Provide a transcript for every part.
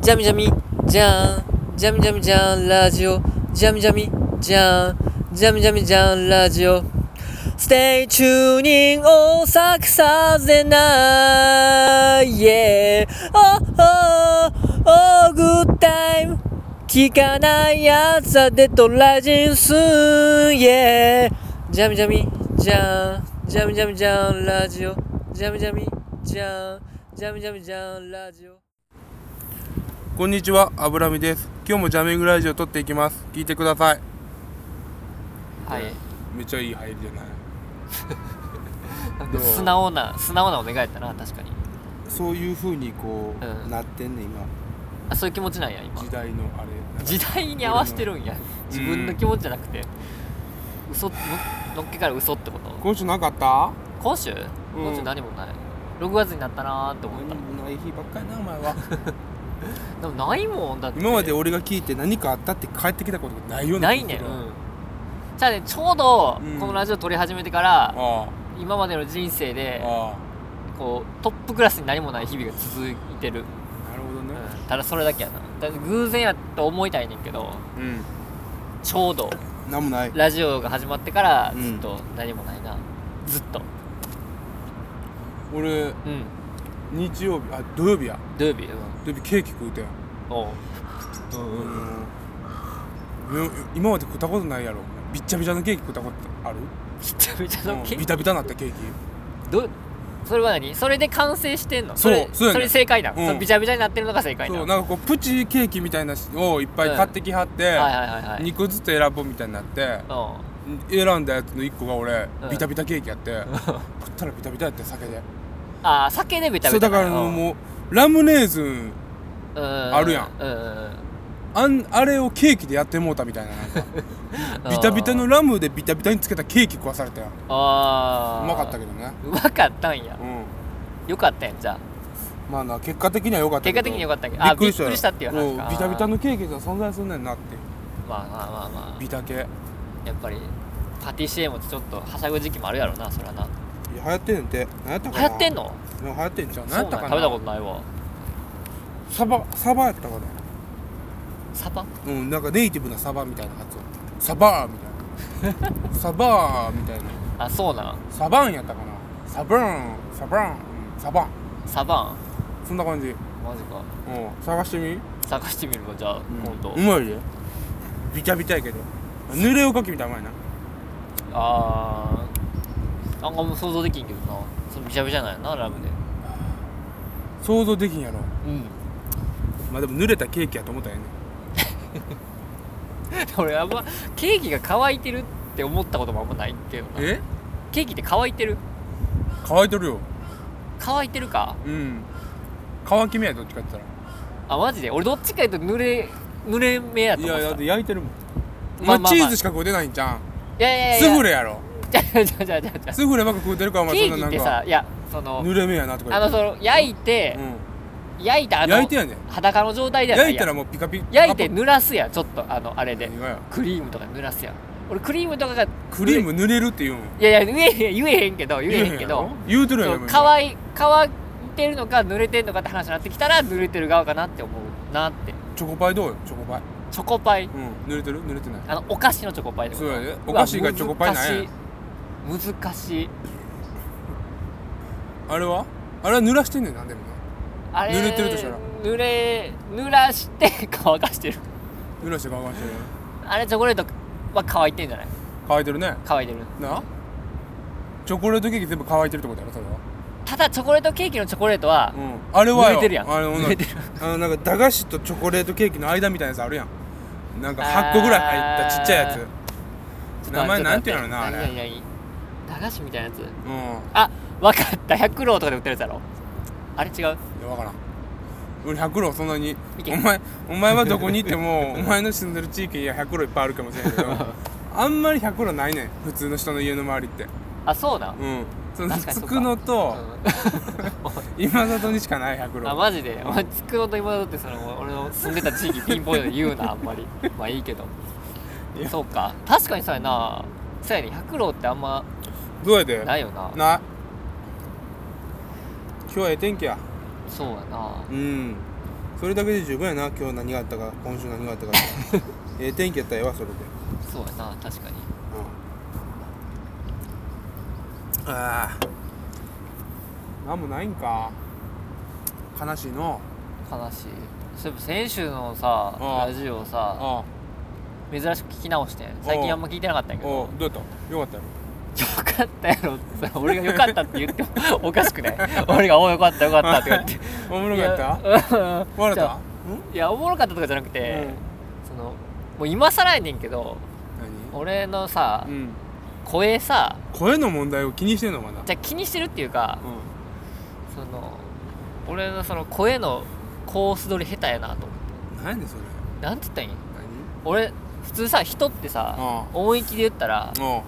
ジャミジャミじゃーんジャミジャミじゃーんラジオジャミジャミじゃーんジャミジャミじゃーんラジオ Stay tuning 大阪さぜな Yeah Oh oh oh good time 聞かないやつはデトラジンス Yeah ジャミジャミじゃーんジャミジャミじゃーんラジオジャミジャミじゃーんジャミジャミじゃーんラジオこんにちは、油見です。今日もジャミングラジオ撮っていきます。聞いてください。はいめっちゃいい入りじゃない。なんかどう素直な素直なお願いやったな確かにそういう風にこう、うんなってんねん今あそういう気持ちなんや今時代のあれ。時代に合わせてるんや自分の気持ちじゃなくて嘘ののっけから嘘ってこと今週なかった？今週うん今週何もない6月になったなーって思ったない日ばっかりなお前は。でもないもんだって今まで俺が聞いて何かあったって帰ってきたことがないようなな気いがねすんるうんじゃあねちょうどうんこのラジオ撮り始めてからあ今までの人生あ、であこうトップクラスに何もない日々が続いてるあ、なるほどね。うんただそれだけやなだから偶然やと思いたいねんけどうん。ちょうどなんもない。ラジオが始まってからうんずっと何もないな、ずっと俺うん日曜日あ土曜日や。土曜日うん土曜日ケーキ食うてん。おううん。今まで食ったことないやろ。びっちゃびちゃのケーキ食ったことある？びちゃびちゃのケうんビータビタなったケーキどそれは何それで完成してんのそうれそうやそねんれ正解なの、うんそのびちゃびちゃになってるのが正解なそのうなんかこうプチケーキみたいなしをいっぱい買ってきはって、はいはいはいはい2個ずつ選ぼうみたいになっておう選んだやつの1個が俺、うんビタビタケーキやって食ったらビタビタやって酒でああ酒でびちゃそうびちゃだからもうラムネーズンうああるやんうんうんあんあれをケーキでやってもうたみたいななんかうんビタビタのラムでビタビタにつけたケーキ食わされたようああまかったけどねどうまかったんやうんよかったやんじゃあまあな結果的には良かったけど結果的に良かったけどびっくりしあたびっくりしたっていう話かんビタビタのケーキが存在すんねんなってまあまあまあまビタ系いやあやっぱりパティシエもちょっとはしゃぐ時期もあるやろなそれはな流行ってんねんて何やったか流な行ってんの流行ってんじゃんそ何うなんやったかな食べたことないわサバサバやったかなサバうんなんかネイティブなサバみたいなやつサバーみた いなサバーみたいなあそうなんサバンやったかなサバンサバンうんサバンサバそんな感じうんンマジか探してみ、探してみるわじゃあ、今度うまいでビチャビチャやけど濡れおかきみたいなうまいなあーなんかもう想像できんけどなそのびちゃびちゃなんやなラムで想像できんやろうんまあでも濡れたケーキやと思ったんやね 俺あんまケーキが乾いてるって思ったこともあんまないけどなえケーキって乾いてる乾いてるよ乾いてるかうん乾き目やどっちかって言っあマジで俺どっちかいうと濡れ濡れ目やたとらい思ってたやだって焼いてるもん、まあまあまあチーズしか食うてないんじゃんいやいやいやスフレやろじゃあじゃあじゃあじゃあじゃあスフレばっか食うてるからおケ前そーんキっななんてかさいやその濡れ目やなとかあのその焼いて、うん焼いたあの焼いてやねん裸の状態ではな焼いいやたんらもうピカピカ焼いて濡らすやんちょっとあのあれで何がやクリームとか濡らすやん俺クリームとかがクリーム濡れるって言うんいやいや言えへん言えへんけど言えへんけやどろ言うてるやそろう今乾い乾いてるのか濡れてるのかって話になってきたら濡れてる側かなって思うなってチョコパイどうよチョコパイチョコパイうん濡れてる濡れてないあのお菓子のチョコパイってことそうやでうわお菓子がチョコパイなんや難しい難しいあれはあれは濡らしてんねんなでもなあれ濡れてるとしたら濡れ濡らして 乾かしてる濡らして乾かしてるあれチョコレートは乾いてんじゃない乾いてるね乾いてるなチョコレートケーキ全部乾いてるってことやろそれはただチョコレートケーキのチョコレートはうんあれは濡よれてるやんあの濡れてるあのなんか駄菓子とチョコレートケーキの間みたいなやつあるやんなんか8個ぐらい入ったちっちゃいやつあーちょっと名前なんてちいうょっのとなあ待って何れ何何駄菓子みたいなやつうんいあわかった百郎とかで売ってるやつだろあれ違うやわからん俺百郎そんなにいけお前お前はどこにいてもお前の住んでる地域には百郎いっぱいあるかもしれんけどあんまり百郎ないねん普通の人の家の周りってあそうなんうんその確かにそうつかくのと今里にしかない百うんあ郎マジでお前つくのと今だってその俺の住んでた地域ピンポイントで言うなあんまりまあいいけどいやそうか確かにそうやなそうやね百郎ってあんまどうやでないよなな今日はええ天気やそうやなうんそれだけで十分やな今日何があったか今週何があったかええ天気やったらええわそれで、そうやな確かにうん、ああなんもないんか悲しいの悲しいそういえば先週のさああラジオをさあ珍しく聞き直してん最近あんま聞いてなかったんやあけどおうどうやったよかったよよかったやろってさ俺がよかったって言ってもおかし くない俺が「おうよかったよかった」って言っておもろかったた笑ったいやおもろかったとかじゃなくて、そのもう今更やねんけどうん俺のさ、何、うん、声さ声の問題を気にしてんのかなじゃあ気にしてるっていうかうその俺のその声のコース取り下手やなと思ってん何やねんそれなんて言ったらいいん何俺普通さ人ってさあ音域で言ったらああ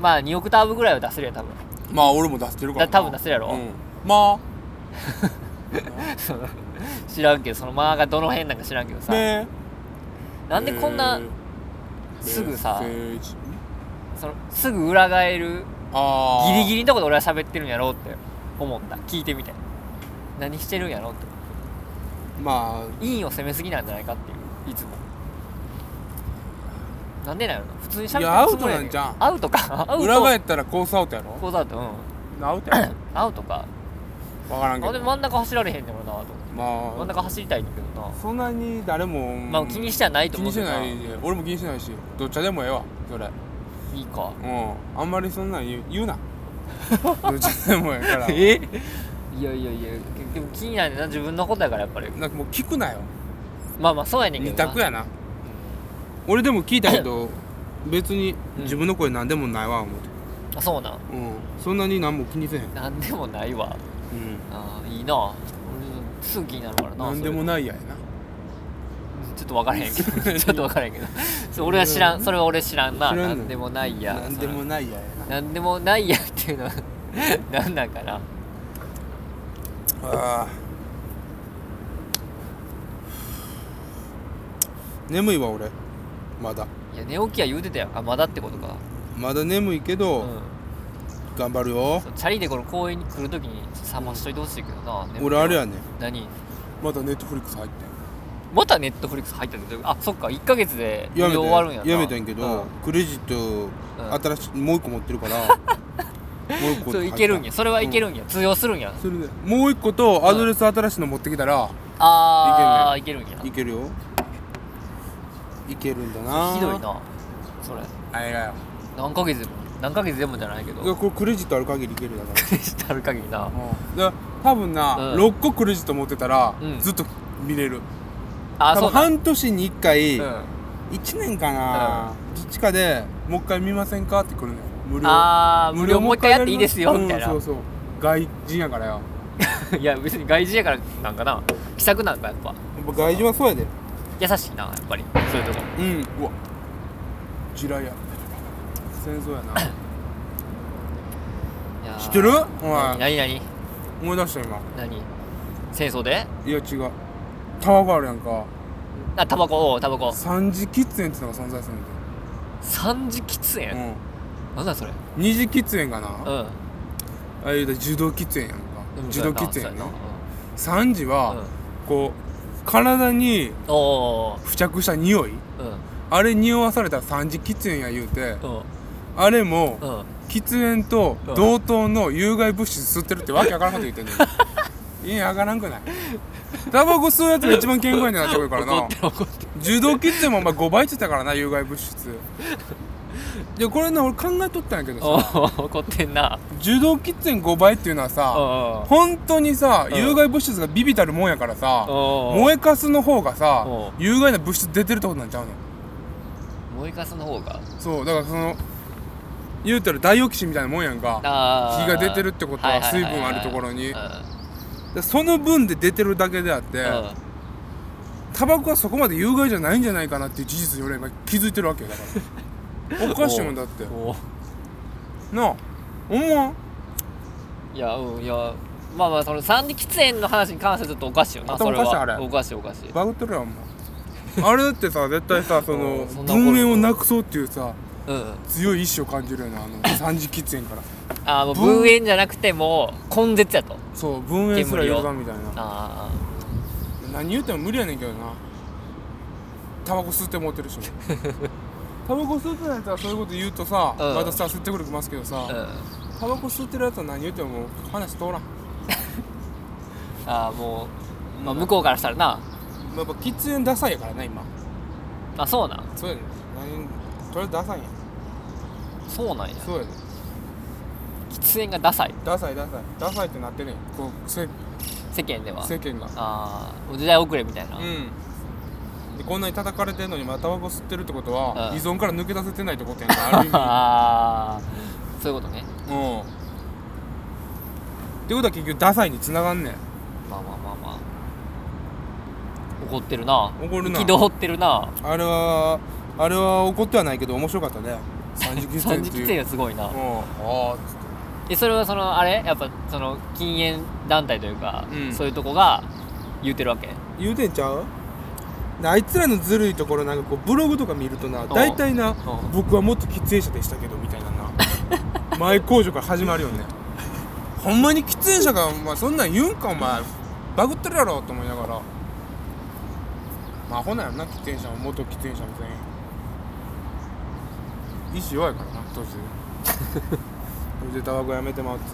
まあ2オクターブぐらいは出せるやん多分 あまあ俺も出してるからなだ多分出せるやろうん、まその知らんけどその間がどの辺なんか知らんけどあさ、ねなんでこんなえーすぐさメッセージそのすぐ裏返るあギリギリリのとこで俺は喋ってるんやろうって思った聞いてみて何してるんやろうってまあ陰を攻めすぎなんじゃないかっていういつもなんでなんやろな普通に喋っているやアウトつもりねなんじゃんアウトかアウト裏返ったらコースアウトやろこうだとうんアウトやアウトかろ分からんけあでども真ん中走られへんねん俺なと思って真んま中走りたいんだけどなあそんなに誰もまあ気にしてはないと気思にうしけてどなないで俺も気にしてないしどっちでもええわそれいい かうんあんまりそんなん言う言 うなどっちでもええからえいやいやいやでも気になるな自分のことやからやっぱりなんかもう聞くなよまあまあそうやねんけ二どな択やな俺でも聞いた けど別に自分の声なんでもないわ思ってあそうなんうんそんなに何も気にせへんなんでもないわうんあーいいな俺すぐ気になるからななんでもそないややなれうんちょっと分からへんけ どちょっと分からへんけどそう俺は知らんそれは俺知らんな知らんなのんでもないやなんでもないややそれなんでもないやっていうのは なんなんかななあー眠いわ俺まだいや寝起きは言うてたやんあまだってことかまだ眠いけど、ん頑張るよそうチャリでこの公園に来るときに冷ましといてほしいけどな眠い俺あれやねん何まだネットフリックス入ってまたネットフリックス入ったってあそっか1か月でんやめ無料終わるんてやんなやめてんけど、クレジットうん新しいもう一個持ってるから もう一個そう入いったけるんやそれはいけるんや、通用するんやそれでもう一個とアドレス新しいの持ってきたら、ああいけるんやいけるよいけるんだなひどいなそれあれがよ何ヶ月でも何ヶ月でもじゃないけどいやこれクレジットある限りいけるだからクレジ ットある限りなだから多分な、うん6個クレジット持ってたら、うんずっと見れるあそ多分うなん半年に1回、うん1年かな、どっちかでもう一回見ませんかってくるのよ無料ああ無料もう一回やっていいですようんみたいなそうそう外人やからよいや別に外人やからなんかな気さくなんかやっぱやっぱ外人はそうやで優しいなやっぱりそういうとこうんうわ地雷や戦争やないやー知ってるお前何何思い出した今何戦争でいや違うタバコあるやんかあタバコおうタバコ三次喫煙ってのが存在するんだ三次喫煙、よ、なんだそれうん、二次喫煙かな、うんああいうたら受動喫煙やんか受動喫煙やなう3時んうんはこう体におお付着した匂いうんうんあれ匂わされたら3時喫煙や言うてあれもうん喫煙と同等の有害物質吸ってるってわけわからんこと言ってんねん 意味わからんくないタバコ吸うやつが一番健康やねんなってこるから 怒なってる怒ってる受動喫煙もお前5倍って言ってたからな有害 物質いやこれな俺考えとったんやけどおさー怒ってんな受動喫煙5倍っていうのはさ、お本当にさ、うん有害物質がビビたるもんやからさ、お燃えかすの方がさ、う有害な物質出てるってことなんちゃうの燃えかすの方がそうだからその言うたらダイオキシンみたいなもんやんかあー火が出てるってことはいいいい水分あるところにうんでその分で出てるだけであって、うんタバコはそこまで有害じゃないんじゃないかなっていう事実に俺は今気づいてるわけよだか らおかしいもんだっておーなあ思わんいやうんいやまあまあその三次喫煙の話に関してはちょっとおかしいよな頭それはおかしいあれおかしいおかしいバグってるやんお前あれだってさ絶対さそのうん そんな怒る文煙をなくそうっていうさうん強い意志を感じるよなあの三次喫煙からあーもうぶん分煙じゃなくてもう根絶やとそう文煙すら許さんみたいなあ何言っても無理やねんけどなタバコ吸って 持ってるしねタバコ吸ってないやつはそういうこと言うとさ、うんまたさ説得力増すけどさ、うんタバコ吸ってるやつは何言ってももう話通らんああもう、まあ、向こうからしたらなやっぱ喫煙ダサいやからな今あそうなんそうやね何とりあえずダサいんやそうなんやそうやね喫煙がダサいダサいダサいダサいってなってねこうせ世間では世間がああ時代遅れみたいな、うんでこんなに叩かれてんのにまたタバコ吸ってるってことは、うん依存から抜け出せてないってことやんかある意 味ああそういうことね うんってことは結局ダサいに繋がんねんまあまあまあまあ怒ってるな怒るな憤ってるなあれはあれは怒ってはないけど面白かったね三十喫三煙次って喫い煙うがすごいなうんああつってえそれはそのあれやっぱその禁煙団体というか、うんそういうとこが言うてるわけ言うてんちゃうであいつらのずるいところなんかこうブログとか見るとな大体な僕はもっと喫煙者でしたけどみたいなな 前工場から始まるよねほんまに喫煙者がお前そんなん言うんかお前バグってるやろと思いながらまあアホなんやろな喫煙者も元喫煙者も全員意志弱いからな 当時それでタバコやめてまうって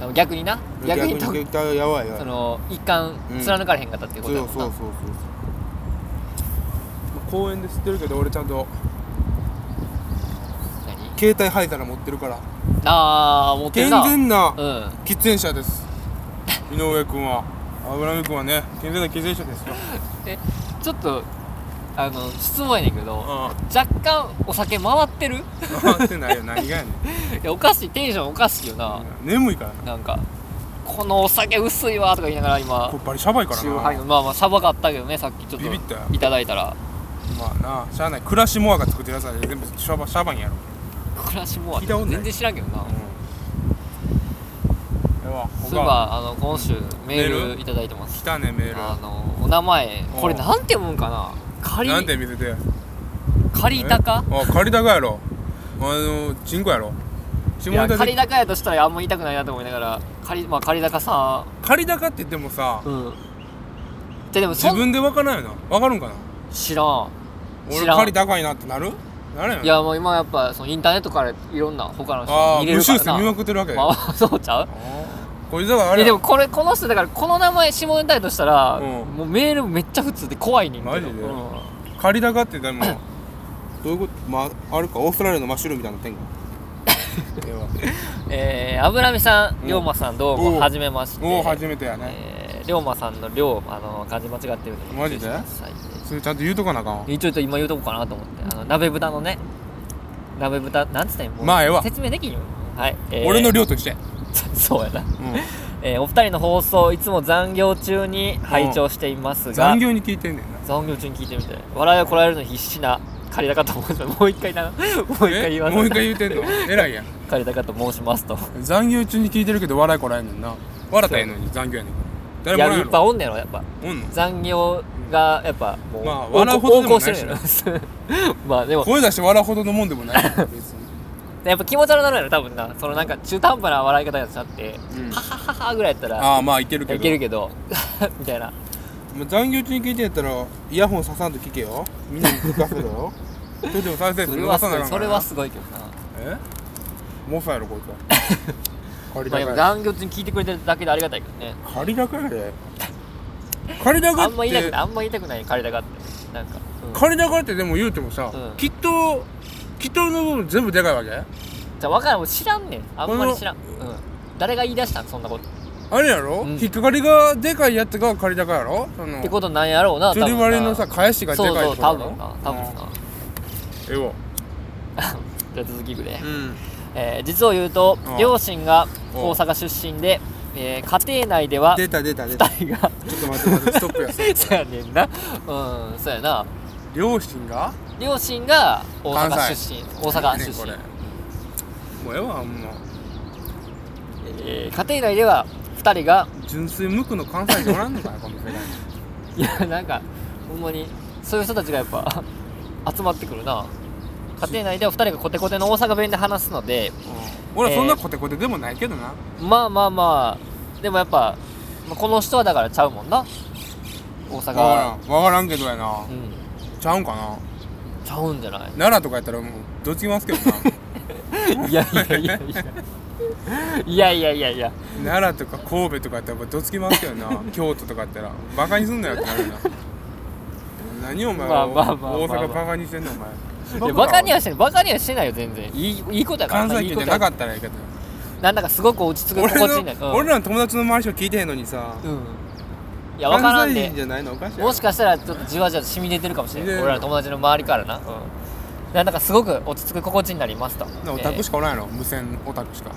でも逆にな逆にと逆タバコやばいやばいその一貫うん貫かれへんかったっていうこそとうやそもうんそなうそう公園で吸ってるけど俺ちゃんと何携帯灰皿持ってるからああ持って健るな全なうん喫煙者です井上君は油見君はね健全な喫煙者ですよちょっとあの質問やねんけどあ若干お酒回ってる あってないよ何がやねいやおかしいテンションおかしいよな、ん眠いからななんかこのお酒薄いわとか言いながら今これバリシャバいからチなューハイのまあまあさばかったけどねさっきちょっとビビったよいただいたらまあなしゃあない暮らしモアが作ってるやつは全部シャバシャバいんやろ暮らしもあ聞いたことない全然知らんけどなではそういえばあの今週メメーールいただいてます来たねメあーのお名前おうこれなんて読むんかなル仮なんて見てて仮高えあ借り高やろあのチンコやろ下いやネタ仮で高やとしたらあんま言いたくないなと思いながら仮まあ仮高さ借り高って言ってもさうんじゃあでもそ自ん分で分からんよな分かるんかな知らん俺知らん借り高いなってなるなるよいやもう今やっぱそのインターネットからいろんな他のあ人あ見れ無るか修ら正な見まくってるわけだまよあ そうちゃうこれだからあえれでやもこれこの人だからこの名前下ネタやとしたら、うんもうメールめっちゃ普通で怖いねんけどマジでうん借り高ってでもどういうことまああるかオーストラリアのマッシュルームみ たいな天がえー、油見さうんん龍馬さんどうもおうはじめましておお初めてやねえー龍馬さんの龍あの漢字間違ってるんでマジでご注意くださいねそれちゃんと言うとかなあかんわ一応今言うとこかなと思ってあの鍋豚のね鍋豚なんつったんやもうまあええわ説明できんよはい、えー俺の量として そうやな、 うんえーお二人の放送いつも残業中に拝聴していますが残業に聞いてんねんな残業中に聞いてみて笑いをこらえるの必死な借り高と申しますもう 一回なもう一回言わせてえもう一回言うてんの偉いやん借り高と申しますと残業中に聞いてるけど笑いこらえんねんな笑ったらええのに残業やねんからいや誰いもっおぱらいんやおんねやろやっぱろおんの残業がやっぱもう、まあ笑うほどでもな横行いししてるんやろ まあでも声出して笑うほどのもんでもない別にやっぱ気持ち悪なるやろ多分なそのなんか中途半端な笑い方やつあって、うんははははぐらいやったらああまあいけるけいどけるけどみたいなもう残業中に聞いてんやったらイヤホンささんと聞けよみんなに聞かせろよそれでも再生そ数れは伸ばすさごないいそれはすごいけどな、まえモサやろこい つは借りあ、でも高や残業中に聞いてくれてるだけでありがたいけどね借り高やで借り高あっんま言いたくないてあんま言いたくない借り高ってなんか、うん借り高ってでも言うてもさ、うんきっときっとの部分全部でかいわけじゃあ分からん俺知らんねんあんまり知らん、うん、誰が言い出したんそんなこと、あれやろ、うん引っかかりがでかいやつが借り高やろそのってことなんやろうな釣り多分な割りのさ返しがでかいそうとこそうろだ多ろ分な多分な、 ええわじゃあ続きいくで、うんえー実を言うとうん両親がうん大阪出身で、えー家庭内では出た出た出た2人がちょっと待って待ってストップや そうやねんなうんそうやな両親が両親が大阪関出身大何阪やねん出こ身れ、もうええわもうえー家庭内では2人が純粋無垢の関西人おらんのかよこの世界にいやなんかほんまにそういう人たちがやっぱ集まってくるな家庭内では2人がコテコテの大阪弁で話すので俺はそんなコテコテでもないけどな、まあまあまあでもやっぱまあこの人はだからちゃうもんな大分阪からはん分からんけどやなうんちゃうんかなちゃうんじゃない奈良とかやったらもうどっちきますけどないやいやいやいやいやいやいやいや奈良とか神戸とかやったらどつきますけど な京都とかやったらバカにすんなよってなるな何お前まあはまあまあ大まあ阪まあバカにしてんのお前いやバカにはしてないバカにはしてないよ全然いいいいことやから関な西いい圏こじとゃやなかかったらやけどらなんだかすごく落ち着く心地いい俺んだよのうん俺らの友達の周りは聞いてへんのにさうんいや分から関ん西で人じゃないのおかしいやろもしかしたらちょっとじわじわと染み出てるかもしれなねいえ俺らの友達の周りからな、うん、なんだかすごく落ち着く心地になりましたなオタクしかおらんやろ無線オタク しか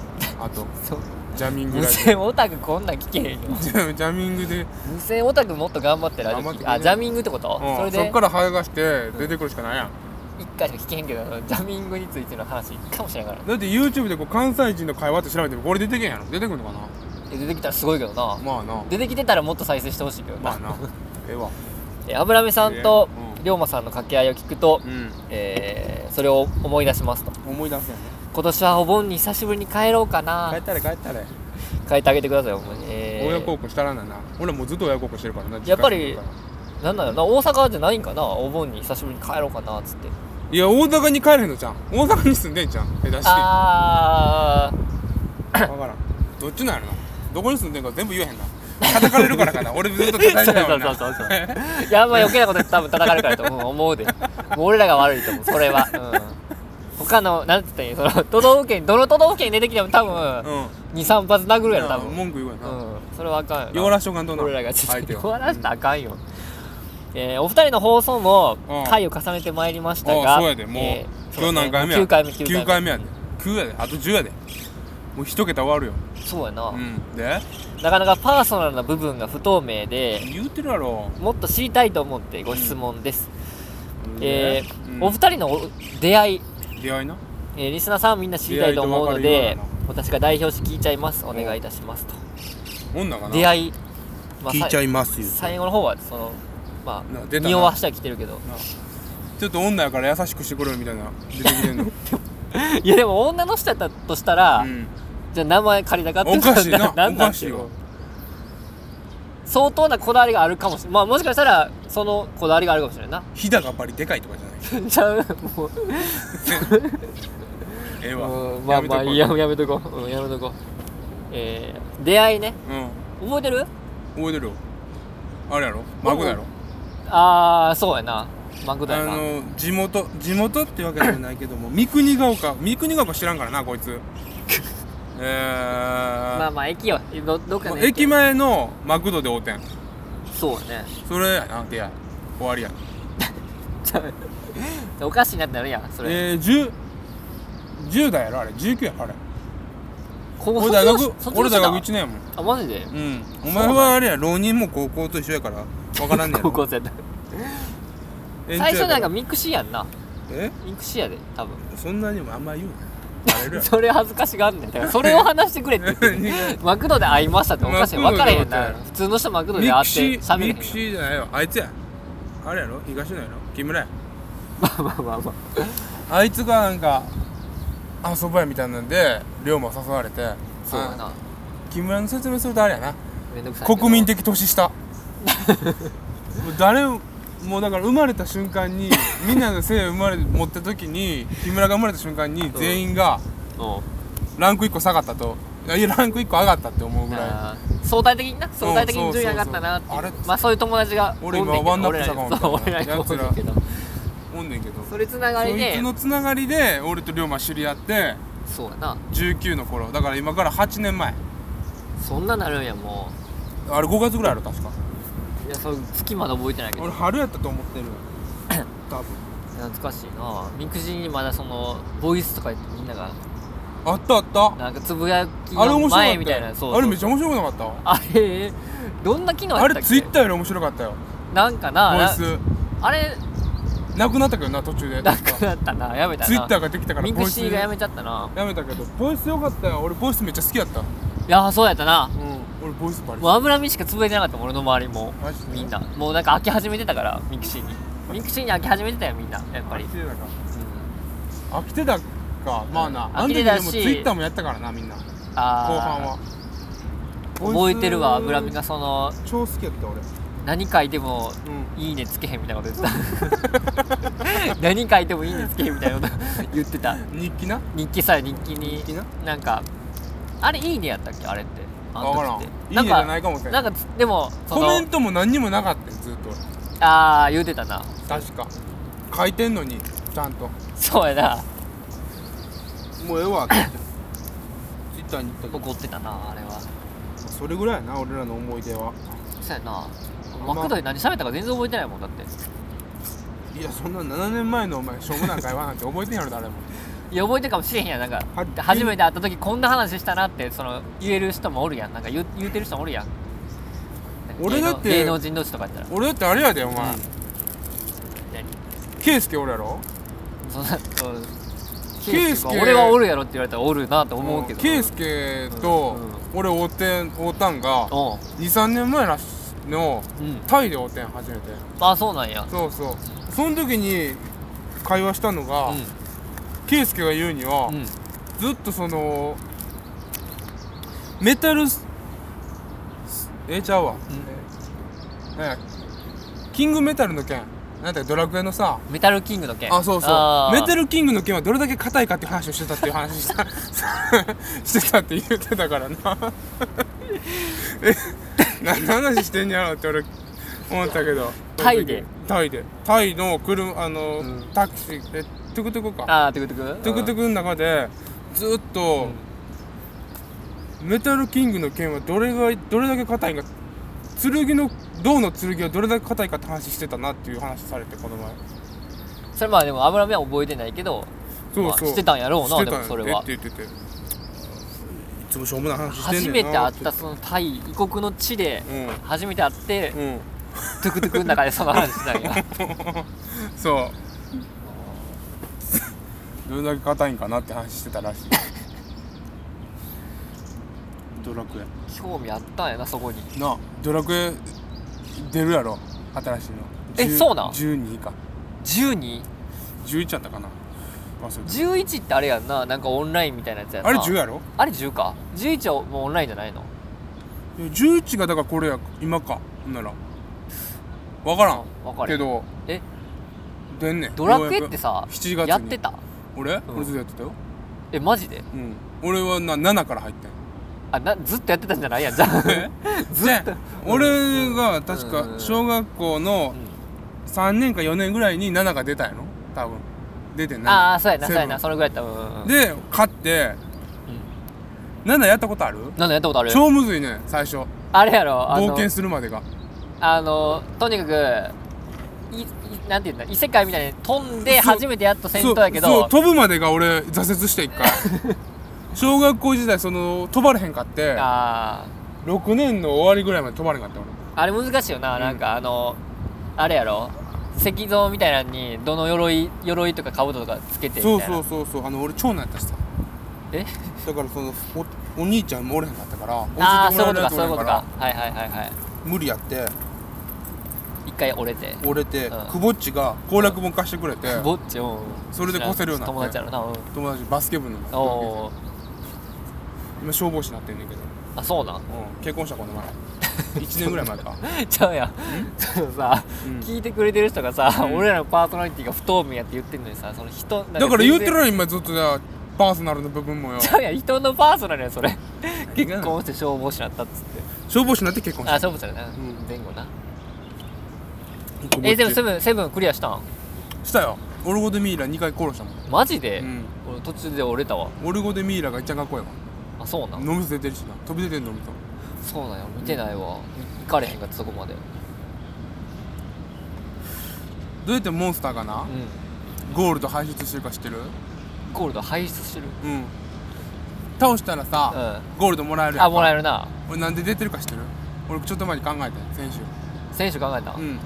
あとえーそうジャミング無ラジ線オタクこんなん聞けへんよオ ジャミングで無線オタクもっと頑張ってラジオ頑張聞ってきくれあジャミングってこと、うんそれそでっから早がして出てくるしかないやん一回しか聞けへんけどジャミングについての話一回もしないからだって YouTube でこう関西人の会話って調べてもこれ出てけんやろ出てくんのかなえ出てきたらすごいけどなまあな出てきてたらもっと再生してほしいけどまなあ なええわえ油目さんとうん龍馬さんの掛け合いを聞くと、うんえーそれを思い出しますと思い出すやん今年はお盆に久しぶりに帰ろうかな帰ったれ帰ったれ変えてあげてくださいほんまに、えー親孝行したらんなな俺もうずっと親孝行してるからなやっぱり実家住んでるかなんだろうな大阪じゃないんかなお盆に久しぶりに帰ろうかなっつってらいや大阪に帰れへんのじゃん大阪に住んでんじゃん下手してあ分からんどっちなんやろなどこに住んでんか全部言えへんな叩かれるからかな俺ずっと叩いあてたそわう なそうそうそういやあんま余計なこと言って多分叩かれるからと 思う思うでもう俺らが悪いと思うそれは、うん、他のなんつったらいいその都道府県どの都道府県に出てきても多分うん23発殴るやろ多うん分文句言うわな、うんそれはあかんよ弱ならしとかんとな俺らがちょっ相手とを終らしたらあかんよ、えーお二人の放送もうん回を重ねてまいりましたあがあそうやでもう、えー今日何回目やそうですね9回目9 9回目回目やで9やであと10やでもう一桁終わるよそうやな、うんでなかなかパーソナルな部分が不透明で言うてるやろもっと知りたいと思ってご質問です、えーうんお二人のお出会い、出会いなえーリスナーさんはみんな知りたいと思うの出会いでと別私が代表して聞いちゃいますお願いいたしますと女かな出会い、まあ聞いちゃいますよさ最後の方はそのまなあ出たな匂わしては来てるけどちょっと女やから優しくしてくれよみたいな出てきてんのいやでも女の人やったとしたら、うん じゃあ名前借りたかったらおかしいな なんなんおかしいわ相当なこだわりがあるかもしれないまあもしかしたらそのこだわりがあるかもしれない なひだがバリでかいとかじゃないちゃうもうええわうんまあまあいいややめとやこめとこう、うん、やめとこうえー、出会いねううん覚えてる覚えてるよあれやろマグだやろああそうやなマグだあよなの地元地元ってわけじゃないけども 三国が丘三国が丘知らんからなこ いつえーまあまあ駅よどどっかの駅前のマクドで会うてんそうやね それやな出会い終わりやちゃうおかしいなってなるやんそれ、えー、10 10代やろあれ19やろあれ高校俺大学卒業俺大学卒業し1年やもんたあマジでうんお前はあれや浪人も高校と一緒やからわからんねや高ろ校生やった延長最初やなんらかミクシーやんなえミクシーやで多分そんなにもあんま言うなバレるやろ それ恥ずかしがんねんだからそれを話してくれって言ってんねんマクドで会いましたっておかしいマ分クドかでれ会へうんな普通の人マクドミで会クってシー喋れへミんクシーじゃないよあいつやあれやろ東野やろ木村やまあまあまあまああいつがなんか遊ばやみたいなんで龍馬誘われてそうやあな木村の説明するとあれやなめんどくさいけど国民的年下 もう誰ももうだから生まれた瞬間にみんなの姓を生まれ持った時に木村が生まれた瞬間にうん全員がうんランク1個下がったといやランク1個上がったって思うぐらあー相対的にな相対的に順位上がったなっていそううそうそうあれまあそういう友達が俺おんねんけど今ワンナップしたかもそう俺らにやつらおんねんけどいおんねんけどそれつながりそいでつのつながりで俺と龍馬知り合ってそうやな19の頃だから今から8年前そんななるんやもあれ5月ぐらいある確かういやそれ月まで覚えてないけど俺春やったと思 ってる多分懐かしいなミクジーにまだそのボイスとか言ってみんながあったあったなんかつぶやきあれ面の白かった前よみたいなそうあれめっちゃゃ面白くなかったあれどんな機能やあったっけれツイッターより面白かったよなんかなボイなスあれなくなったけどな途中でなくなったなやめたな ツイッターができたからミボクシイスーがやめちゃったなやめたけどボイスよかったよ俺ボイスめっちゃ好きやったうんいやーそうやったな俺ボイスバリもう油身しか潰れてなかったもん俺の周りもマジでみんなもうなんか飽き始めてたからミクシーにミクシーに飽き始めてたよみんなやっぱり、飽きうてたかん、飽きてたかまあな飽きてたしあの時でもツイッターもやったからなみんな後あー半は覚えてるわ油身がボイそのス超好きやった俺何書いてもうんいいねつけへんみたいなこと言ってた 何書いてもいいねつけへんみたいなこと言ってた日記な日記さ日記に日記ななんかあれいいねやったっけあれってあの分からん時いっいてねじゃんなかいかもしれなないんかつでもそコメのントも何にもなかったよずっと俺ああ言うてたな 確か書いてんのにちゃんとそうやなもうえ えわって言ってツイッターに言ったけ怒ってたなあれはどそれぐらいやな俺らの思い出はそうやなまあマクドで何喋ったか全然覚えてないもんだっていやそんな7年前のお前しょうもない会話なんて覚えてんや ろ誰もいや覚えてるかもしれへんやんなんかはっきり初めて会った時こんな話したなってその言える人もおるやんなんか言う言うてる人もおるやん俺だって芸能芸能人同士とかやったら俺だってあれやでお前、うん何圭介おるやろそんなそうケイスケ俺はおるやろって言われたらおるなと思うけど圭介と俺会うてん会うたんがおう23年前らしのうんタイで会うてん初めてあそうなんやそうそうその時に会話したのが、う圭介が言うには、んうんずっとそのメタルスえちゃうわ、えなんやキングメタルの件なんだっけドラクエのさメタルキングの件あそうそうメタルルキングの件はどれだけ硬いかっていう話をしてたって いう話したしてたって言ってたからな え何の話してんやろって俺思ったけどタイでタイでタイの車あの、うんタクシーえトゥクトゥクかあートゥクトゥクトゥクトゥクの中でずっと、メタルキングの剣はどれがどれだけ硬いか剣の銅の剣はどれだけ硬いかって話してたなっていう話されてこの前うんそれまあでも油目は覚えてないけどまあしてたんやろうなしてたんでもそれはってって言ってていつもしょうもない話してん初ねめんてな会ったそのタイ異国の地でうん初めて会ってうんトゥクトゥクの中でその話したん やそうどれだけ硬いんかなって話してたら しいドラクエ興味あったんやなそこになあドラクエ出るやろ新しいのえ10そうなん12か1211 11やったかな忘れたってあれやんななんかオンラインみたいなやつやんなあれ10やろあれ10か11はもうオンラインじゃないのいや11がだからこれや今かほんなら分からん分かれけへんどえ出んねんドラクようエやっくてさ7月にやってた俺、ん俺ずっとやってたよえマジでうん俺はな7から入ってんあなずっとやってたんじゃないやんじゃ あずっと俺が確か小学校の3年か4年ぐらいに7が出たんやろ多分出てんああそうやなセそブうンやなそのぐらいやったうんうんうんで勝って7やったことあるなんだやったことある超むずいね最初あれやろあ冒の険するまでがあのとにかくいいなんていうんだ異世界みたいに飛んでそう初めてやっと戦闘やけそうそどう飛ぶまでが俺挫折して一 回小学校時代その飛ばれへんかってあ6年の終わりぐらいまで飛ばれへんかった俺ーあれ難しいよな、うんなんかあのあれやろ石像みたいなのにどの鎧鎧とか兜とかつけてみたいそうなそうそうそうあの俺長男やったしさえだからそのおお兄ちゃんもおれへんかったからああー教そういえうことかてもらえるやつそういうことおれへんらかはいはいはいはい無理やって一回折れて折れてうんくぼっちが攻略本貸してくれてぼっちをそれで越せるようになって友達やろなうん友達バスケ部のおおー今消防士になってんねんけど、あそうなんうん、結婚したこ の前1年ぐらい前かちゃうやんそのさ、うん聞いてくれてる人がさ、うん俺らのパーソナリティが不透明やって言ってんのにさその人なんだから言全うて然るの今ずっとじゃあパーソナルの部分 もよちゃうやん人のパーソナルやんそれ何が結婚して消防士になったっつって消防士になって結婚あした消防士だな、ん前後なくぼっえちでもセブンセブンクリアしたんしたよオルゴ・デ・ミイラ2回殺したもん、マジで、うん、俺途中で折れたわオルゴ・デ・ミイラがいっちゃんかっこええあそうなんわ飲み出てるしな飛び出てんのみたそうなんや見てないわ行かれへんかったそこまでどうやってモンスターがなうんゴールド排出してるか知ってるゴールド排出してるうん倒したらうさ、んゴールドもらえるやんあもらえるな俺なんで出てるか知ってる俺ちょっと前に考えて先週選手考えたううん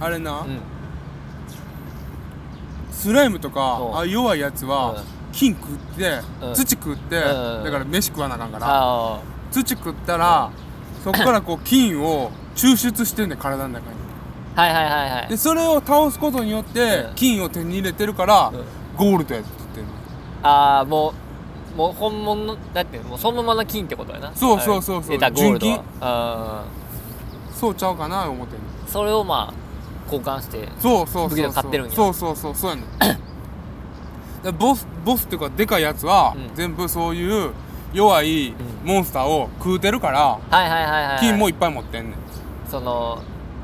あれな、んスライムとかそうああいう弱いやつは、金食って、うん土食って、うんだから飯食わなあかんから、あ土食ったら、そこからこう金を抽出してんねん体の中にあはいはいはいはいでそれを倒すことによって、うん金を手に入れてるから、うんゴールドやって言ってんのああもうもう本物のだってもうそのままの金ってことやなそうそうそうそう得たゴールド純金はそうちゃうかな思ってんのそれをまあ交換してそうそう武そ器うがそう買ってるんやそうそうそうそうやねん だからボスボスっていうかでかいやつは、うん全部そういう弱いモンスターを食うてるから、はいはいはいはい金もいっぱい持ってんねんその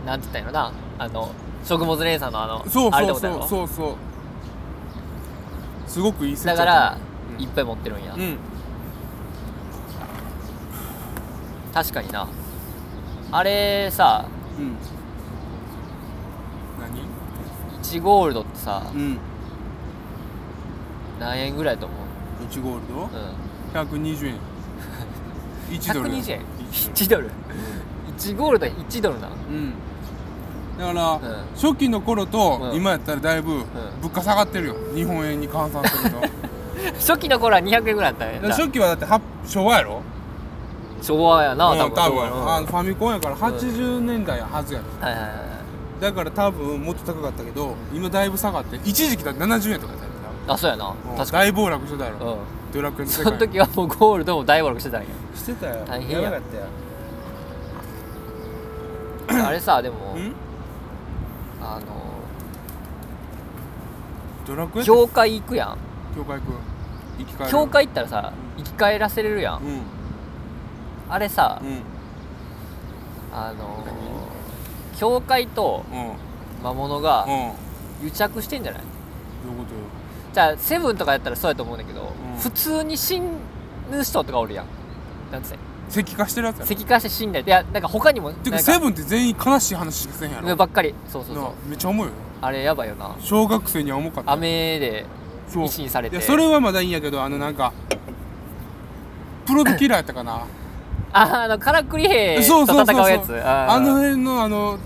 なんて言ったんやろなあの食物連鎖のあのそうあれっそてうことやそうろそうそうすごくいい成だ長から、うんいっぱい持ってるんや、うん確かになあれさうん1ゴールドってさ、何うん何円ぐらいと思う、 1ゴールドうん、 120円 1ドル120円1 1ドル1ゴールド1ドルなのうんだから、うん初期の頃とうん今やったらだいぶ物価下がってるよ日本円に換算する とだか初期の頃は200円ぐらいだったねら初期はだっては昭和やろ昭和やなうん多分多分うんあのファミコンやから80年代やはずやろはいはいはいだから多分もっと高かったけど今だいぶ下がって一時期だって70円とかだったよ多分あそうやなうん確か大暴落してたやに、うろん、ドラクエの世そ界の時はもうゴールドも大暴落してたんやしてたよ大変ややばかったよあれさでもうんあのドラクエ教会行くやん教会行く生き返る教会行ったらさ生き返らせれるやんうんあれさうんあの教会とうんうん魔物がど癒着してんじゃないういうことよじゃあセブンとかやったらそうやと思うんだけど、うん普通に死ぬ人とかおるやんなんつって石化してるやつやろ石化して死んだりいやなんか他にもてなかんセブンって全員悲しい話しかせんやろばっかりそうそうそうなめっちゃ重いよあれやばいよな小学生には重かったよ雨でそう一にされていやそれはまだいいんやけどあのなんかプロドキラーやったかなああのカラクリ兵そうとそうそうそ戦ううやつあーあの辺のあの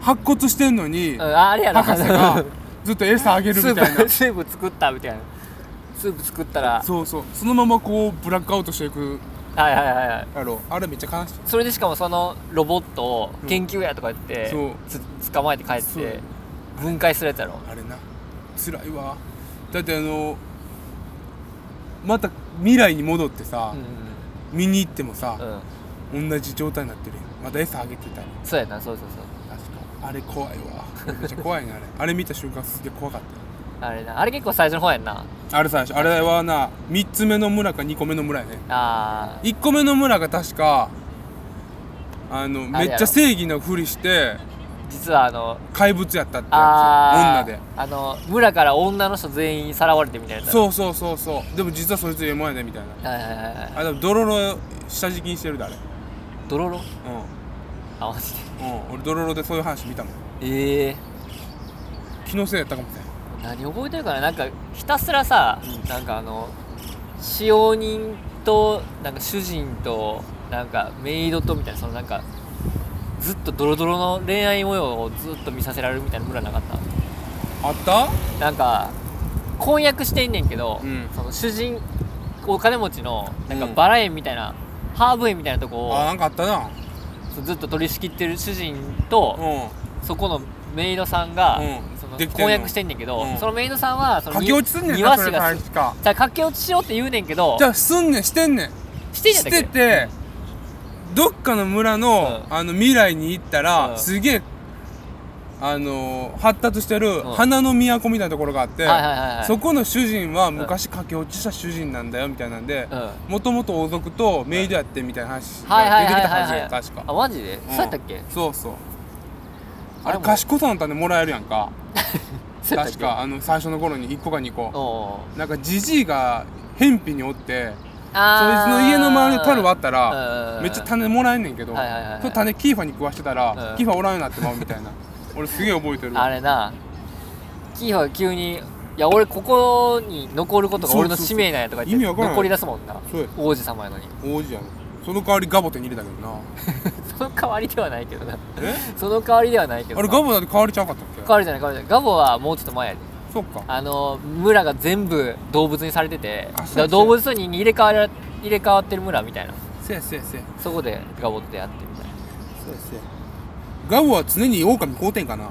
白骨してんのにうんああれやな博 士がずっと餌あげスるみたいーなプスープ作ったみたいなスープ作ったらそうそうそのままこうブラックアウトしていくはいはいはいはいやろあれめっちゃ悲しいそれでしかもそのロボットを研究やとか言って、そうつ捕まえて帰っそてう分解するやつやろあれな辛いわだってあのまた未来に戻ってさう、見に行ってもさん、うん、同じ状態になってるやんまた餌あげてたりそうやなそうそうそう確かあれ怖いわめっちゃ怖いねあれ あれ見た瞬間すげえ怖かっあれなあれ結構最初の方やんなたあれ最初あれはな3つ目の村か2個目の村やねあ1個目の村が確かあのあめれやろっちゃ正義のふりしてー実はあの怪物やったってあーやつ女であの村から女の人全員さらわれてみたいなうそうそうそうそうでも実はそいつエモやねみたいなはいはいはいはいあでもドロロ下敷きにしてるであれドロロうあマジん、うん、俺ドロロでそういう話見たもんでええ気のせいやったかもしれん何覚えてるかななんかひたすらさ、なんかあの使用人となんか主人となんかメイドとみたいなそのなんかずっとドロドロの恋愛模様をずっと見させられるみたいな村なかったあったなんか婚約してんねんけど、うんその主人お金持ちのなんかうんバラ園みたいな、ハーブ園みたいなとこあなんかあったなをずっと取り仕切ってる主人と、うそこのメイドさんが、うんそのできてんの婚約してんねんけど、うんそのメイドさんはそんの駆け落ちすんねん庭な師それが確かじゃあ駆け落ちしようって言うねんけどじゃあすんねんしてんねんしてんやっしたてっけてどっかの村の,、うんあの未来に行ったら、うんすげえあのー発達してるん花の都みたいなところがあって、はいはいはいはいそこの主人は昔駆け落ちした主人なんだよみたいなんでうんもともと王族とメイドやってみたいな話はいはがいは出てきいたはいはずはやい確か、あマジで、そうやったっけんそうそうああれれも賢さの種もらえるやんかそうやったっ確けかあの最初の頃に1個か2お個おなんかじじいが偏僻におってそいつあの家の周りの樽割ったららめっちゃ種もらえんねんけど、はいはいはいはいその種キーファに食わしてたら、うんキーファおらんようになってまうみ たいな俺すげえ覚えてるあれなキーホが急に「いや俺ここに残ることが俺の使命なんや」とか言ってそうそうそう意味わからん残り出すもんなそうや王子様やのに王子やんその代わりガボテに入れたけどなその代わりでは ないけどなえその代わりではないけどあれなガボだって代わりちゃうかったっ代けわりじゃない代わりじゃないガボはもうちょっと前やでそっかあの村が全部動物にされててあだそうからそう動物に入れ替わら入れ替わってる村みたいなせやせやせやそこでガボってやってみたいせやせやガボは常に狼買うてんかなな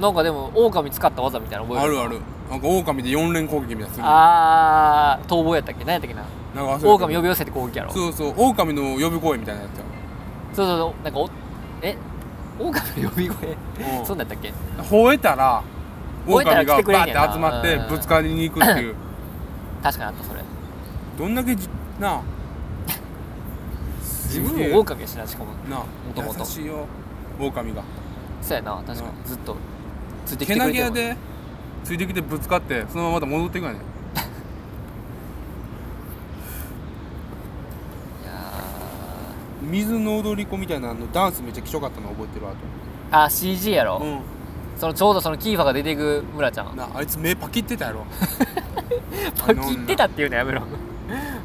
なんかでも狼使った技みたいなの覚えあてるあるなんか狼で4連攻撃みたいなのするあー逃亡やったっけ何やったっけななんか忘れた狼呼び寄せて攻撃やろそうそう狼の呼び声みたいなやつやそうそうそうなんかおえ狼の呼び声うんそうだったっけ吠えたら吠えたら来狼がてくれんバねーやなって集まってうんぶつかりに行くっ ていう確かにあったそれどんだけじなあ自自分も狼やしなしかもなあ元々優しいよ狼がそうやな確かにずっとついてきけてくなれげて屋るもんねでついてきてぶつかってそのまままた戻っていくわねいや水の踊り子みたいなのダンスめっちゃきしょかったの覚えてるわーあ CG やとろうんそのちょうどそのキーファーが出ていく村ちゃんなああいつ目パキってたや ろパキってたって言うのやめ ろ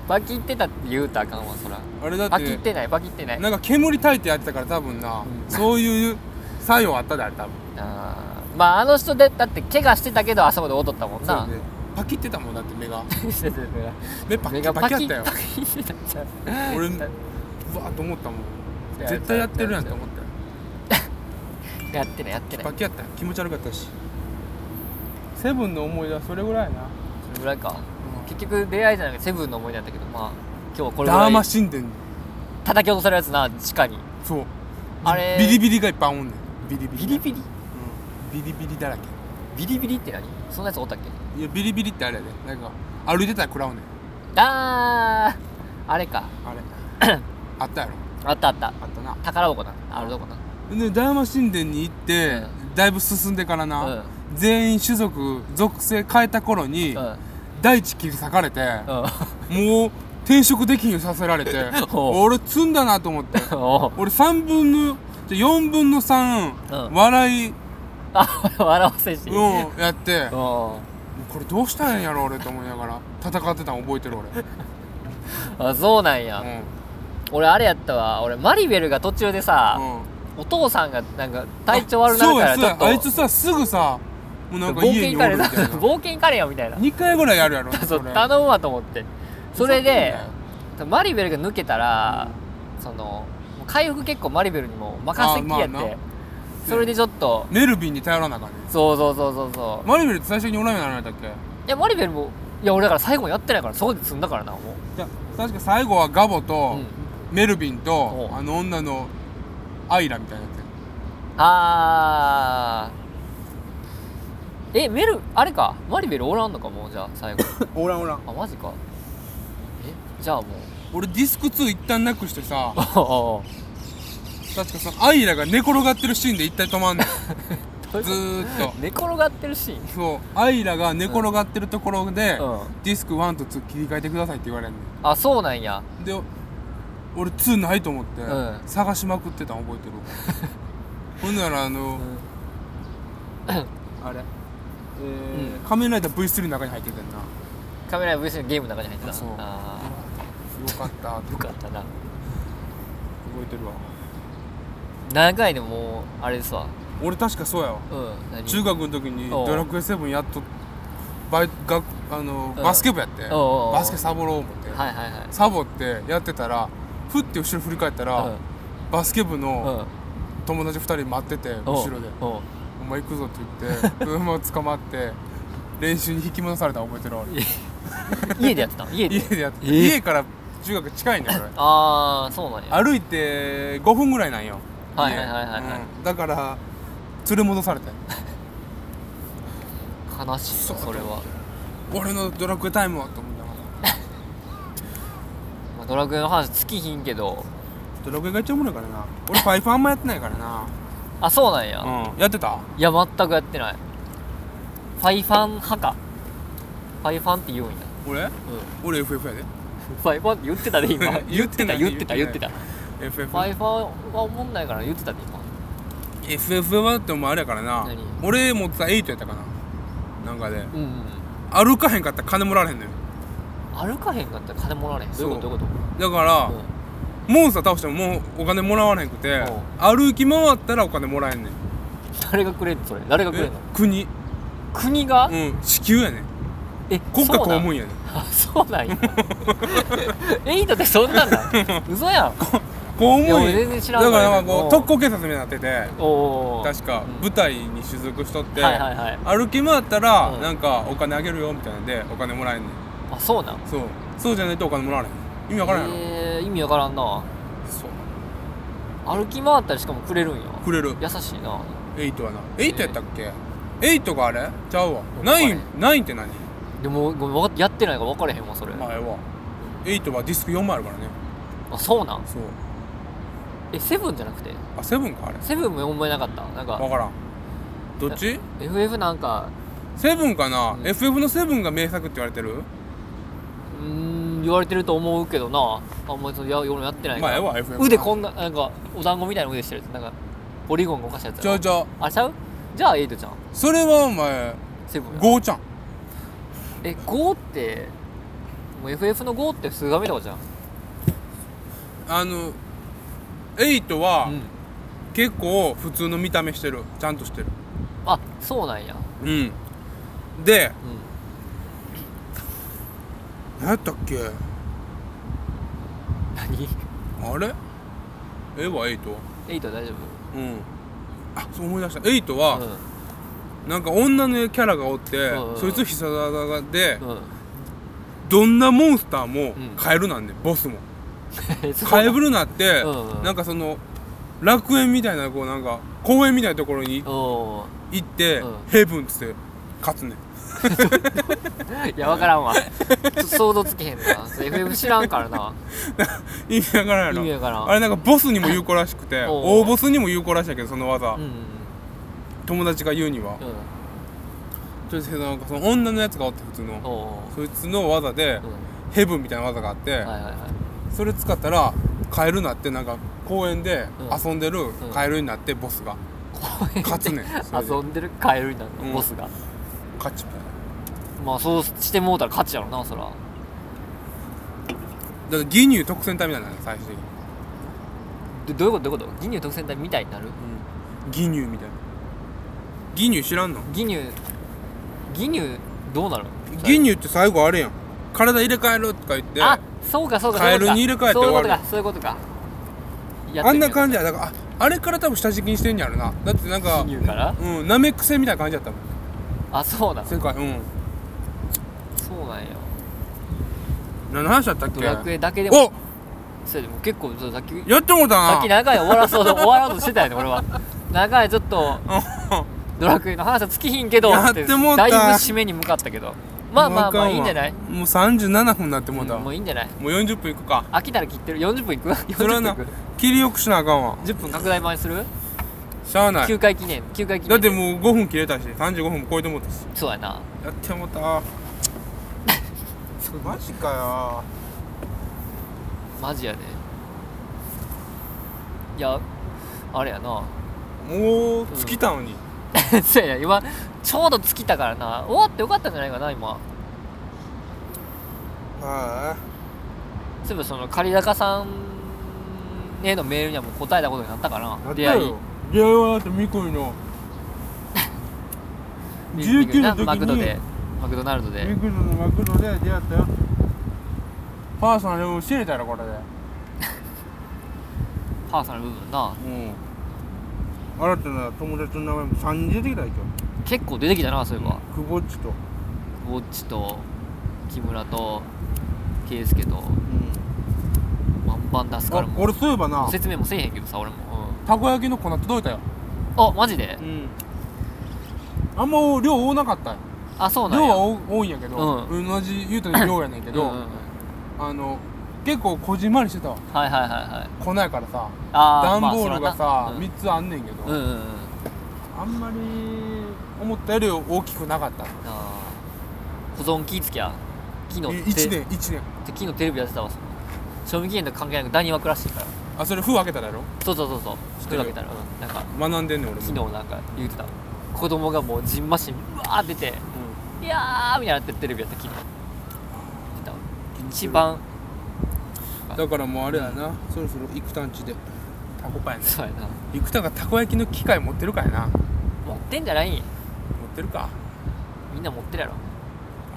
パキってたって言うたらあかんわそらあれだパっキっててないパキってないなんか煙焚いてやってたから多分なうそういう作用あったであれ多分あーまああの人でだって怪我してたけどあそこで踊ったもんなそうねパキってたもんだって目 が目パ目キがパパキやっキたよパキってたじゃん俺うだわーと思ったもん絶対やってるやんと思ったよやってないやってないパキやったよ気持ち悪かったしセブンの思い出はそれぐらいやなそれぐらいか結局出会いじゃなくてセブンの思い出だったけどまあ今日はこれぐダらーいマ神殿叩き落とされるやつな地下にそうあれビリビリがいっぱいおんねんビリビリビリビリリ、うん、ビリビリだらけビリビリって何そんなやつおったっけいやビリビリってあれやでなんか歩いてたら食らうねんあーあれかあれ あったやろあったあったあったな宝箱なあれどこなでダーマ神殿に行って、だいぶ進んでからな、うん全員種族属性変えた頃に、うん大地切り裂かれて、うんもう転職できんようにさ せられてほう俺積んだなと思っておう俺3分のじゃ4分の3、うん笑いをあ笑わせしやってうもうんこれどうしたらええんやろ俺と思いながら戦ってたの覚えてる俺、あそうなんや、俺あれやったわ俺マリベルが途中でさ、うんうん、お父さんがなんか体調悪なるからそうちやょそっうとやあいつさすぐさもうなんか冒家に険おカるレーみだたい な冒険カレーよみたいな2回ぐらいやるやろ そうそれ頼むわと思ってそれでマリベルが抜けたら、そのもう回復結構マリベルにも任せっきりやって、あまあなそれでちょっと、メルビンに頼らなあかんねそうそうそうそうそうマリベルって最初におらんようになるんやったっけいやマリベルもいや俺だから最後やってないからそこで積んだからなもいや確か最後はガボう、とうん、メルビンとおうあの女のアイラみたいなやあーえメルあれかマリベルおらんのかもうじゃあ最 後つおらんおらんあマジかえじ ゃあもう俺ディスク2一旦なくしてさど確かそのアイラが寝転がってるシーンで一旦 止まんねんういうずことーっと寝転がってるシーンそうアイラが寝転がってるところで、うんディスク1と2切り替えてくださいって言われんねんあそうなんやで俺2ないと思って、うん探しまくってたの覚えてる ほんならあの、あれ、えー仮面ライダー V3 の中に入っててんなよカメラ VC のゲームの中に入ってたそうあかったってあよかったな覚えてるわ長いのもうあれですわ俺確かそうやわうん何中学の時におうドラクエ7やっとバイ学あの、うんバスケ部やっておうおうおうバスケサボろう思って、はいはいはいサボってやってたらふって後ろ振り返ったら、バスケ部うんうのん友達2人待ってて、おう後ろでおう「お前行くぞ」って 言って車を捕まって練習に引き戻されたの覚えてる俺家でやって たの家で家でやって、えー家から中学近いね俺ああそうなんや歩いて5分ぐらいなんよはいはいはいはいはい家うんだから連れ戻されて悲しいそうなそれは、俺のドラクエタイムはと思いながらまあ、ドラクエの話尽きひんけどドラクエが一番おもろいからな俺パイプあんまやってないからな、あそうなんや、うん、やってたいや全くやってないファイファン派かファイファンって言うんや俺う俺 FF やでんファイファン って言ってたで今 言ってない言ってた言ってた言ってフなァいイファンは思んないから言ってたで今 FF FF はってお前あれやからな何俺持ってた8やったかななんかでうんうんうん歩かへんかったら金もらわれへんのよ歩かへんかったら金もらわれへんどういうことどそういうこだから、とモンスター倒してももうお金もらわれへんくて歩き回ったらお金もらえんねんうん誰がくれんのそれ誰がくれえんの国国がうん支給やねんえ国家公そうなん務員やねんあそうなんやエイトってそんなんだ 嘘やん公務いや俺員全然知らんだわからなんかうこんう特攻警察みたいになってておお確かうん部隊に所属しとって、はいはいはい歩き回ったら、うんなんかお金あげるよみたいなんでお金もらえんねんあそうなんそうそうじゃないとお金もらわれへん意味わからんやろ、えー、意味わからんなそう歩き回ったりしかもくれるんよくれる優しいなエイトはなエイトやったっけエイトがあれちゃうわどこナかイねンナインって何でもごめんわかっやってないから分からへんわそれ、まあええわエイトはディスク4枚あるからねあそうなんそうえセブンじゃなくてあセブンかあれセブンも思えなかったなんか分からんどっち FF なんかセブンかな、うん FF のセブンが名作って言われてるうーん言われてると思うけどなあんまりそのや俺もやってないまかあええら、わ FF 腕こんななんかお団子みたいな腕してるやつなんかポリゴンがおかしたやつじゃやあろじゃああれちゃうじゃあエイトちゃんそれはお前セブンやゴーちゃんえ5ってもう FF の5って数画面とかじゃんあのエイトはうん結構普通の見た目してるちゃんとしてるあそうなんやうんでう何やったっけん何あれええわエイトはエイト大丈うんあそう思い出したエイトは夫、なんか女のキャラがおって、うんうんうんそいつ必殺技で、うんうんどんなモンスターもうんカエルなんで、ボスもそうカエルになって、うんうんなんかその楽園みたいなこうなんか公園みたいなところにお行って、うんヘブンっつって勝つねん ーいや分からんわちょっと想像つけへんなそれ FF 知らんからな意味わか意らんやろ味やからんあれなんかボスにも有効らしくておうおう大ボスにも有効らしいんやけどその技、うんうん友達が言うにはうとりあえずなんかその女のやつがおって普通んのおーそいつの技で、うヘブンみたいな技があって、んはいはいはいそれ使ったらカエルになってなんか公園でう遊んでるカエルになってボスが公園で勝つ ねんそれで遊んでるカエルになるの、うんボスが勝ちっぽいまあそうしてもうたら勝ちやろなそらだからギニュー特選隊みたいなのよ最終的に、どどういうことどういうことギニュー特選隊みたいになるギニューみたいなギニュー知らんのギニューギニューどうなるギュニューって最後あれやん体入れ替えるとか言ってああそうかそうかカエルに入れ替えてそういうこと終わかそういうことかやんな感じじやだからああれから多分下敷きにしてんやろなだってなんかギニューからうんナメック星みたいな感じやったもんあそうなの世界うんそうなんや何の話だったっけドラクエだけでもおそれでも結構ちょっとさっきやってもうたなさっき長い終わらそうと終わろうとしてたよね俺は長いちょっとうんドラクエの話は尽きひんけどやってもうただいぶ締めに向かったけどまあまあまあいいんじゃないもう37分になってもううんた、ももういいんじゃないう40分いくか飽きたら切ってる40分いくそれ40は分ないく切りよくしなあかんわ10分拡大版にするしゃあない9回記念9回記念だってもう5分切れたし35分も超えてもうたしそうやなやってもうた それマジかマジやでいやあれやな よもう尽きたのに、そうやな今ちょうど尽きたからな終わってよかったんじゃないかな今はそういえばその仮高さんへのメールにはもう答えたことになったかなあやった出会いよ出会いはだってみこいの19の時にマクドでマクドナルドでみこいのマクドで出会ったよパーソナルを教えたらこれでパーソナル部分なうん新たな友達の名前も3人出てきたでしょ結構出てきたなそういえば久保っちとウォッチと木村と圭介とワンパン出すからあも俺そういえばなう説明もせえへんけどさ俺も、たこ焼きの粉届いたようん、あマジでうんあんま量多なかったよあそうなん量やは多多いんやけど、同じ言うたら量やねんけど、うんうんうんあの結構こじんまりしてたわはいはいはいはい粉やからさあ段ボールがさ、まあそらな3つあんねんけど、うん、うんうんうんあんまり思ったより大きくなかったあー保存気ぃつきや昨日1て年1年昨日テレビやってたわその賞味期限と関係なく第2枠らしいからあそれ封開けたらやろそうそうそうそう知っそてれるだけたら、うん、なんか学んでんねん俺も昨日なんか言うてた子供がもうじんましんうわー出ていやーみたいになってテレビやった昨日出たうん一番だからもうあれやな、そろそろ幾んちでタコパやねそうやな幾んがたこ焼きの機械持ってるかやな持持ってんじゃないんやってるかみんな持ってるやろ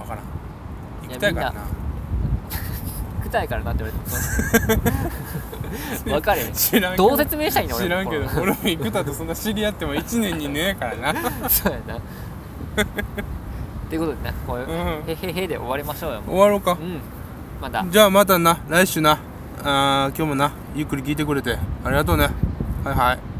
わからんいや幾んやからな食たいからなって言われてもそんなわかれへん知らんけどう説明したらいいの知らんけど俺も俺も幾田とそんな知り合っても1年にねえからな そうやなってことでなこういう、うんへへへで終わりましょうよも終わろうかううんまたじゃあまたな来週なあー今日もなゆっくり聞いてくれてありがとうねはいはい